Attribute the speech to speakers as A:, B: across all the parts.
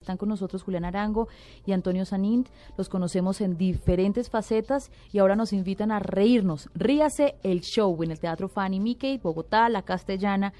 A: Están con nosotros Julián Arango y Antonio Sanint. Los conocemos en diferentes facetas y ahora nos invitan a reírnos. Ríase el show en el Teatro Fanny Mickey, Bogotá, La Castellana.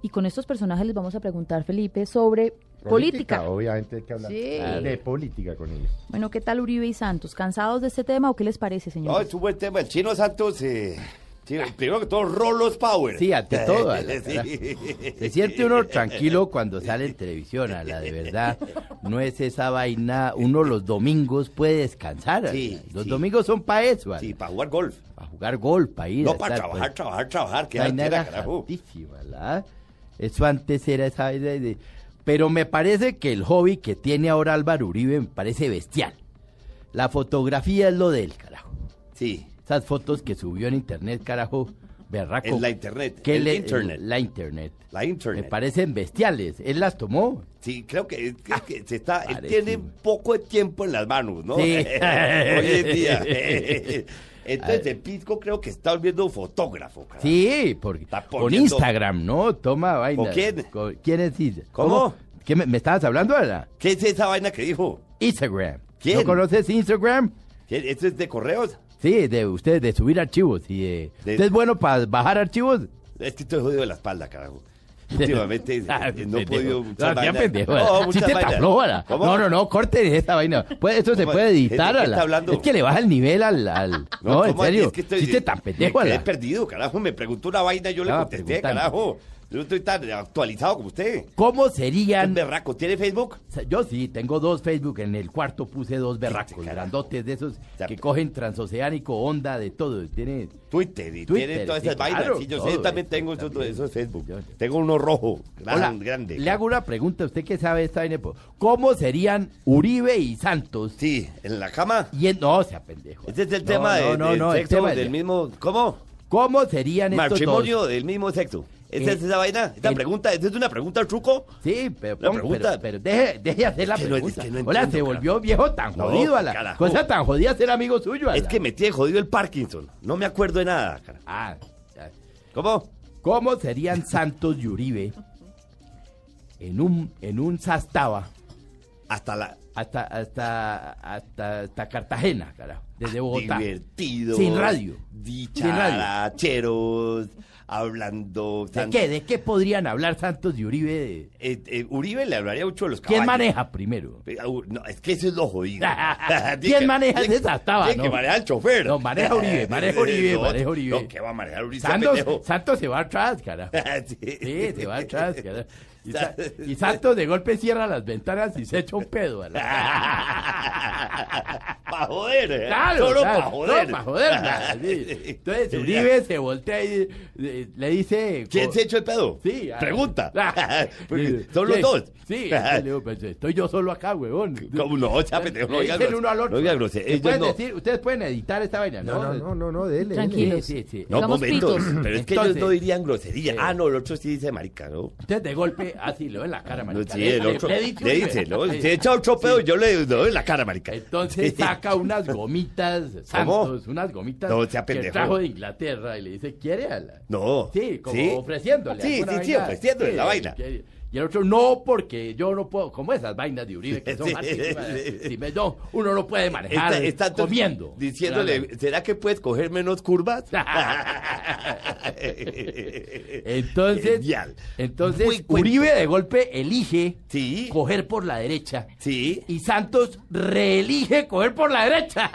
A: Y con estos personajes les vamos a preguntar, Felipe, sobre política.
B: Obviamente hay que hablar
A: Sí.
B: de política con ellos.
A: Bueno, ¿qué tal Uribe y Santos? ¿Cansados de este tema o qué les parece,
C: No,
A: señores?
C: es un buen tema. El chino Santos, eh, sí, primero que todo, Rolos Power.
D: Sí, ante todo. a la-
C: Sí.
D: Se siente uno tranquilo cuando sale en televisión, a la de verdad. No es esa vaina. Uno los domingos puede descansar.
C: Sí,
D: los
C: sí.
D: domingos son para eso, a,
C: Sí, para jugar golf.
D: para jugar gol, para ir.
C: No,
D: a
C: para
D: estar,
C: trabajar,
D: pues,
C: trabajar, trabajar. Que
D: vaina
C: era,
D: era
C: carajo.
D: hartísima, ¿la? Eso antes era esa vaina de- Pero me parece que el hobby que tiene ahora Álvaro Uribe me parece bestial. La fotografía es lo del carajo.
C: Sí,
D: Esas fotos que subió en internet, carajo, berraco.
C: en la internet.
D: que
C: el
D: le-
C: internet.
D: La internet.
C: La internet.
D: Me parecen bestiales. Él las tomó.
C: Sí, creo que, que- que se está, él
D: parece.
C: tiene poco de tiempo en las manos, ¿no?
D: Sí.
C: Hoy en día.
D: A
C: Entonces,
D: ver.
C: el Pisco creo que está volviendo un fotógrafo, carajo.
D: Sí, porque
C: Ah. Está
D: con
C: poniendo-
D: Instagram, ¿no? Toma vaina.
C: ¿Con quién?
D: ¿Quién es Instagram?
C: ¿Cómo?
D: ¿Qué me, me estabas hablando ahora?
C: ¿Qué es esa vaina que dijo?
D: Instagram.
C: ¿Quién?
D: ¿No conoces Instagram?
C: ¿Qué- ¿Esto es de correos?
D: Sí, de ustedes, de subir archivos. Y de-
C: De-
D: ¿Usted es bueno para bajar archivos?
C: Es que estoy jodido de la espalda, carajo. Últimamente
D: Ah,
C: eh, no he
D: pendejo.
C: podido. muchas
D: No, ya
C: vainas.
D: pendejo.
C: No,
D: Sí
C: muchas
D: te
C: vainas.
D: tabló, ala.
C: ¿Cómo?
D: No, no, no, corten esta vaina. Pues esto se
C: ¿Cómo?
D: puede
C: ¿De- de
D: editar.
C: qué
D: ala.
C: está hablando?
D: Es que le baja el nivel al... al- No, en
C: ¿cómo?
D: serio.
C: Es que estoy-
D: sí te tan pendejo.
C: me quedé
D: ala.
C: perdido, carajo. Me preguntó una vaina, yo le
D: Estaba
C: contesté,
D: preguntando.
C: carajo. Yo no estoy tan actualizado como usted.
D: ¿Cómo
C: Es
D: serían
C: berraco. ¿Tiene Facebook?
D: O sea, Yo sí, tengo dos Facebook. En el cuarto puse dos berracos,
C: carajo.
D: grandotes de esos
C: sea,
D: que cogen transoceánico, onda, de todo. Tiene...
C: Twitter y
D: Twitter,
C: tienen todas
D: sí,
C: esas vainas.
D: claro,
C: sí, yo
D: todo
C: sé, también
D: eso,
C: tengo esos
D: también.
C: esos Facebook.
D: Yo-
C: Tengo uno rojo, gran-
D: Hola,
C: grande.
D: le hago una pregunta a usted que sabe esta vaina, po. ¿Cómo serían Uribe y Santos?
C: Sí, en la cama.
D: Y en- No, sea pendejo.
C: Este es el
D: No,
C: tema
D: no,
C: de-
D: no,
C: del
D: no, el
C: sexo,
D: tema de-
C: del mismo. ¿Cómo?
D: ¿Cómo serían estos dos?
C: Matrimonio del mismo sexo. ¿Esta
D: Eh,
C: es esa vaina? ¿Esta
D: eh,
C: pregunta? ¿Esta es una pregunta al truco?
D: Sí, pero,
C: La
D: pon-
C: pregunta-
D: pero, pero deje, deje hacer la
C: Es que no- es
D: pregunta.
C: que no
D: Hola,
C: entiendo,
D: se volvió viejo tan
C: No,
D: jodido a la
C: carajo.
D: cosa tan jodida ser amigo suyo. ala.
C: Es que me tiene jodido el Parkinson. No me acuerdo de nada, cara.
D: Ah, ya.
C: ¿Cómo?
D: ¿Cómo serían Santos y Uribe en un, en un Sastaba
C: Hasta la.
D: hasta, hasta, hasta, hasta Cartagena, carajo,
C: Ah,
D: desde Bogotá?
C: Divertidos.
D: Sin radio.
C: Dicharacheros. Hablando.
D: ¿De
C: tan-
D: qué, ¿De qué podrían hablar Santos y Uribe? de-
C: Eh, eh, Uribe le hablaría mucho de los caballos.
D: ¿Quién maneja primero?
C: Eh, au- No, es que eso es lo jodido.
D: ¿Quién
C: Tiene que-
D: maneja
C: tiene-
D: esa estaba,
C: tiene que
D: no?
C: manejar el chofer. Eh,
D: No, maneja Uribe, maneja Uribe,
C: No,
D: maneja Uribe.
C: No, que va a manejar Uribe. ese pendejo.
D: Santos, Santos se va atrás, carajo.
C: Sí.
D: Sí, se va atrás, carajo. Y, Sa- y Santos de golpe cierra las ventanas y se echa un pedo. a la-
C: Pa' joder. eh.
D: Claro,
C: Solo
D: claro,
C: pa' joder.
D: solo pa' nada, sí. Entonces Uribe se voltea y eh, le dice...
C: ¿Quién
D: co-
C: se echó el pedo?
D: Sí. ah,
C: Pregunta.
D: ah,
C: Porque
D: sí,
C: Son los
D: sí,
C: dos.
D: Sí, entonces le digo, pues, estoy yo solo acá, huevón.
C: ¿Cómo no? Ya, pendejo, no
D: Le
C: diga
D: dicen
C: gros-
D: uno al otro.
C: no diga grosería,
D: ¿Se
C: ellos
D: pueden
C: no.
D: decir- ustedes pueden editar esta vaina, ¿no?
B: No, no, no, no, no, dele.
A: Tranquilo.
B: dele.
D: Sí, sí, sí.
C: No,
A: Digamos
C: momentos.
A: pitos.
C: Pero es que
D: Entonces-
C: ellos no dirían grosería.
D: Sí.
C: Ah, no, el otro sí dice marica, ¿no?
D: Ustedes de golpe, así, lo ven la cara,
C: No,
D: marica.
C: sí, el otro.
D: le dice,
C: Le dice, ¿no? Se echa otro pedo y yo le doy en la cara, marica.
D: Entonces
C: Sí.
D: saca unas gomitas, Santos, unas gomitas
C: No, sea
D: que
C: pendejo.
D: trajo de Inglaterra y le dice, ¿quiere a la?
C: No.
D: Sí, como ofreciéndole.
C: Sí,
D: alguna
C: sí, sí,
D: vaina.
C: ofreciéndole la
D: Sí,
C: vaina.
D: que- Y el otro, no, porque yo no puedo, como esas vainas de Uribe que son
C: Sí,
D: malísimas.
C: sí.
D: Si me- no, uno no puede manejar
C: Está- está to-
D: comiendo.
C: Diciéndole, ¿será que puedes coger menos curvas? Eh,
D: Entonces,
C: Genial. Muy
D: entonces
C: cuento.
D: Uribe de golpe elige
C: Sí.
D: coger por la derecha.
C: Sí.
D: Y Santos reelige coger por la derecha.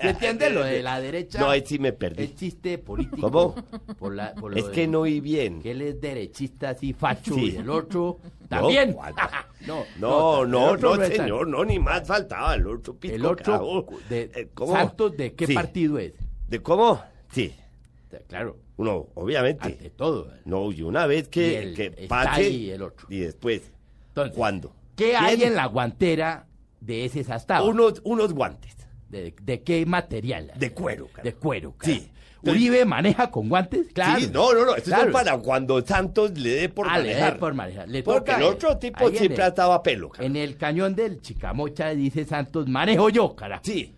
D: ¿Se entiende lo de eh, la derecha?
C: No, ahí sí me perdí.
D: El chiste político.
C: ¿Cómo?
D: Por la- por lo
C: Es
D: de-
C: que no vi bien.
D: Que él es derechista así, facho,
C: Sí.
D: y el otro también.
C: ¿cuál?
D: No,
C: No, no,
D: el otro
C: no,
D: es tan-
C: señor, no, ni más faltaba el otro pico.
D: El otro,
C: carajo. Eh,
D: de,
C: ¿cómo?
D: Santos, ¿de qué
C: Sí.
D: partido es?
C: ¿De cómo? Sí,
D: Claro,
C: uno, obviamente.
D: ante todo.
C: No, y una vez que,
D: Ah, Y el-
C: que
D: está
C: pase.
D: ahí el otro.
C: Y después.
D: Entonces,
C: ¿Cuándo?
D: ¿Qué hay
C: ¿Quién?
D: en la guantera de ese sastado?
C: Unos, unos guantes.
D: ¿De, de qué material?
C: De cuero, carajo.
D: De cuero,
C: Sí.
D: carajo. ¿Uribe maneja con guantes? Claro.
C: Sí, no, no, no. Esto
D: Claro.
C: es para cuando Santos le dé por
D: Ah, le dé
C: manejar.
D: por manejar. Le
C: Porque
D: toca,
C: el
D: eh,
C: otro tipo
D: ahí en
C: siempre
D: el-
C: estaba pelo, carajo.
D: En el cañón del Chicamocha dice Santos, manejo yo, carajo.
C: Sí.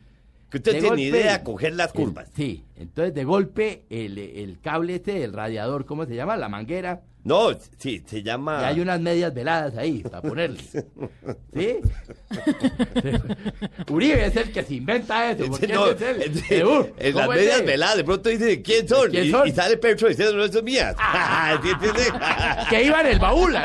C: Que usted
D: De
C: tiene
D: golpe,
C: idea de coger las
D: el-
C: curvas.
D: sí, entonces de golpe el, el cable este, el radiador, ¿cómo se llama? La manguera.
C: No, sí, se llama.
D: Y hay unas medias veladas ahí para ponerle. ¿Sí? Uribe es el que se inventa eso. ¿Por qué
C: No,
D: es él?
C: en-
D: Seguro.
C: en las
D: ¿Cómo es
C: medias
D: él?
C: veladas, de pronto dice ¿quién son?
D: ¿Quién
C: y,
D: son? Ah.
C: y sale Petro diciendo, no son mías. ¿Sí entiendes?
D: Que iba en el baúl.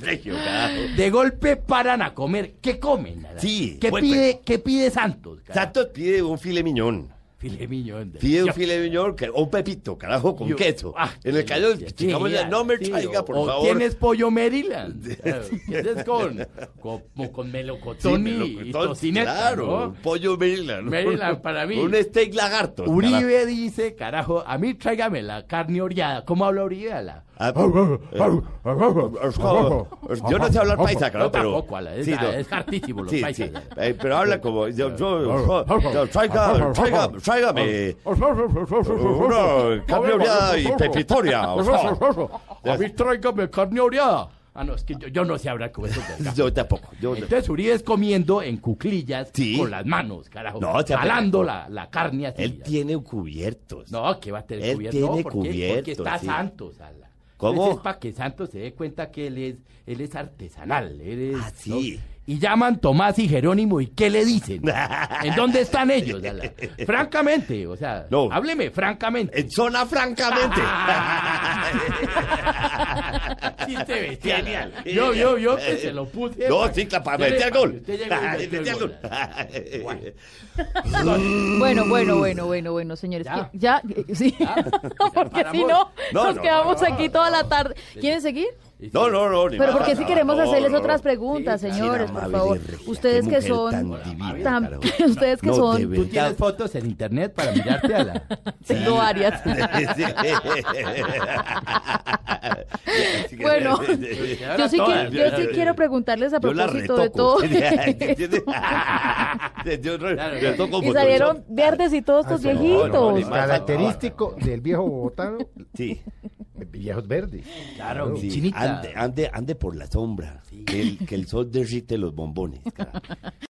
C: Regio, carajo.
D: De golpe paran a comer. ¿Qué comen? Nara?
C: Sí, pues,
D: ¿Qué
C: buen
D: pide, ¿Qué pide Santos? carajo?
C: Santos pide un file miñón.
D: Filet mignon.
C: Pide un
D: delicioso.
C: file miñón, que- o un pepito, carajo, con
D: Yo-
C: queso.
D: Ah,
C: en el cañón,
D: sí,
C: chicamos,
D: ya,
C: no me
D: sí,
C: traiga,
D: o-
C: por
D: o
C: favor.
D: ¿Tienes pollo Maryland? Claro, ¿Tienes con, con, con
C: Sí,
D: melocotón y-
C: melocotón,
D: y tocineta?
C: Claro, un
D: ¿no?
C: pollo Maryland.
D: Maryland para mí.
C: Un steak lagarto.
D: Uribe dice, carajo, a mí tráigame la carne oreada. ¿Cómo habla Uribe? A la...
C: carajo. Ah, eh, Yo no sé hablar paisa, carajo,
D: no,
C: pero.
D: tampoco, ala, es,
C: Sí, no.
D: es hartísimo los
C: Sí,
D: paisas.
C: sí. Eh, pero habla como. Yo, yo, yo, traiga, traiga, tráigame. Una carne oreada y pepitoria. por favor.
D: A mí tráigame carne oreada. Ah, no, es que yo, yo no sé hablar con eso.
C: Yo tampoco. Yo,
D: Entonces Uribe es comiendo en cuclillas
C: Sí.
D: con las manos, carajo.
C: No, o sea,
D: jalando la, la carne así.
C: él tiene cubiertos.
D: No, que va a tener
C: Él
D: cubierto.
C: tiene
D: no, porque,
C: cubierto,
D: porque está
C: sí.
D: Santos, ala.
C: ¿Cómo?
D: Entonces es para que Santos se dé cuenta que él es, él es artesanal. Él es,
C: Ah, sí.
D: ¿no? Y llaman Tomás y Jerónimo y ¿qué le dicen? ¿En dónde están ellos? ala? Francamente, o sea,
C: No. Eh,
D: hábleme francamente.
C: En zona, francamente.
D: Sí, te vestía.
C: Genial,
D: Yo,
C: genial.
D: yo, yo que se lo puse.
C: No,
D: para-
C: sí, claro, para
D: Usted le-
C: meter gol.
D: usted llegó y
C: Para
D: metió el
C: meter
D: gol,
C: gol.
D: Bueno.
A: Bueno, bueno, bueno, bueno, bueno, señores.
D: Ya.
A: que- Ya, eh, sí. porque si
D: Paramos.
A: no,
C: No,
A: nos
C: no,
A: quedamos
C: no,
A: aquí toda la tarde. ¿Quieren seguir?
C: No, no, no. ni
A: Pero
C: más,
A: porque si
C: no,
A: queremos
C: no,
A: hacerles
C: no, no.
A: otras preguntas,
D: Sí, claro.
A: señores, por
C: Amable,
A: favor.
C: regia,
A: Ustedes
C: qué
A: que
C: mujer
A: son
C: tan divina,
A: tan-
C: carajo.
A: ustedes que
C: No,
A: son-
C: de
D: ¿Tú tienes
C: verdad.
D: fotos en internet para mirarte a la...
A: tengo varias.
C: Sí.
A: Bueno, Yo sí,
D: todas,
A: quiero, yo sí
D: yo-
A: quiero preguntarles a
C: Yo la
A: propósito de todo.
C: retoco. ¿Entiendes? Yo re- retoco
D: Claro.
A: Y
C: Photoshop.
A: salieron verdes y todos estos
B: Ah, sí.
C: No, no,
A: viejitos.
C: ni más.
B: Característico del viejo bogotano,
C: Sí.
B: viejos verdes.
D: Claro, mi
C: sí,
D: chinita.
C: Ande, ande, ande por la sombra. Que, el, que el sol derrite los bombones. carajo.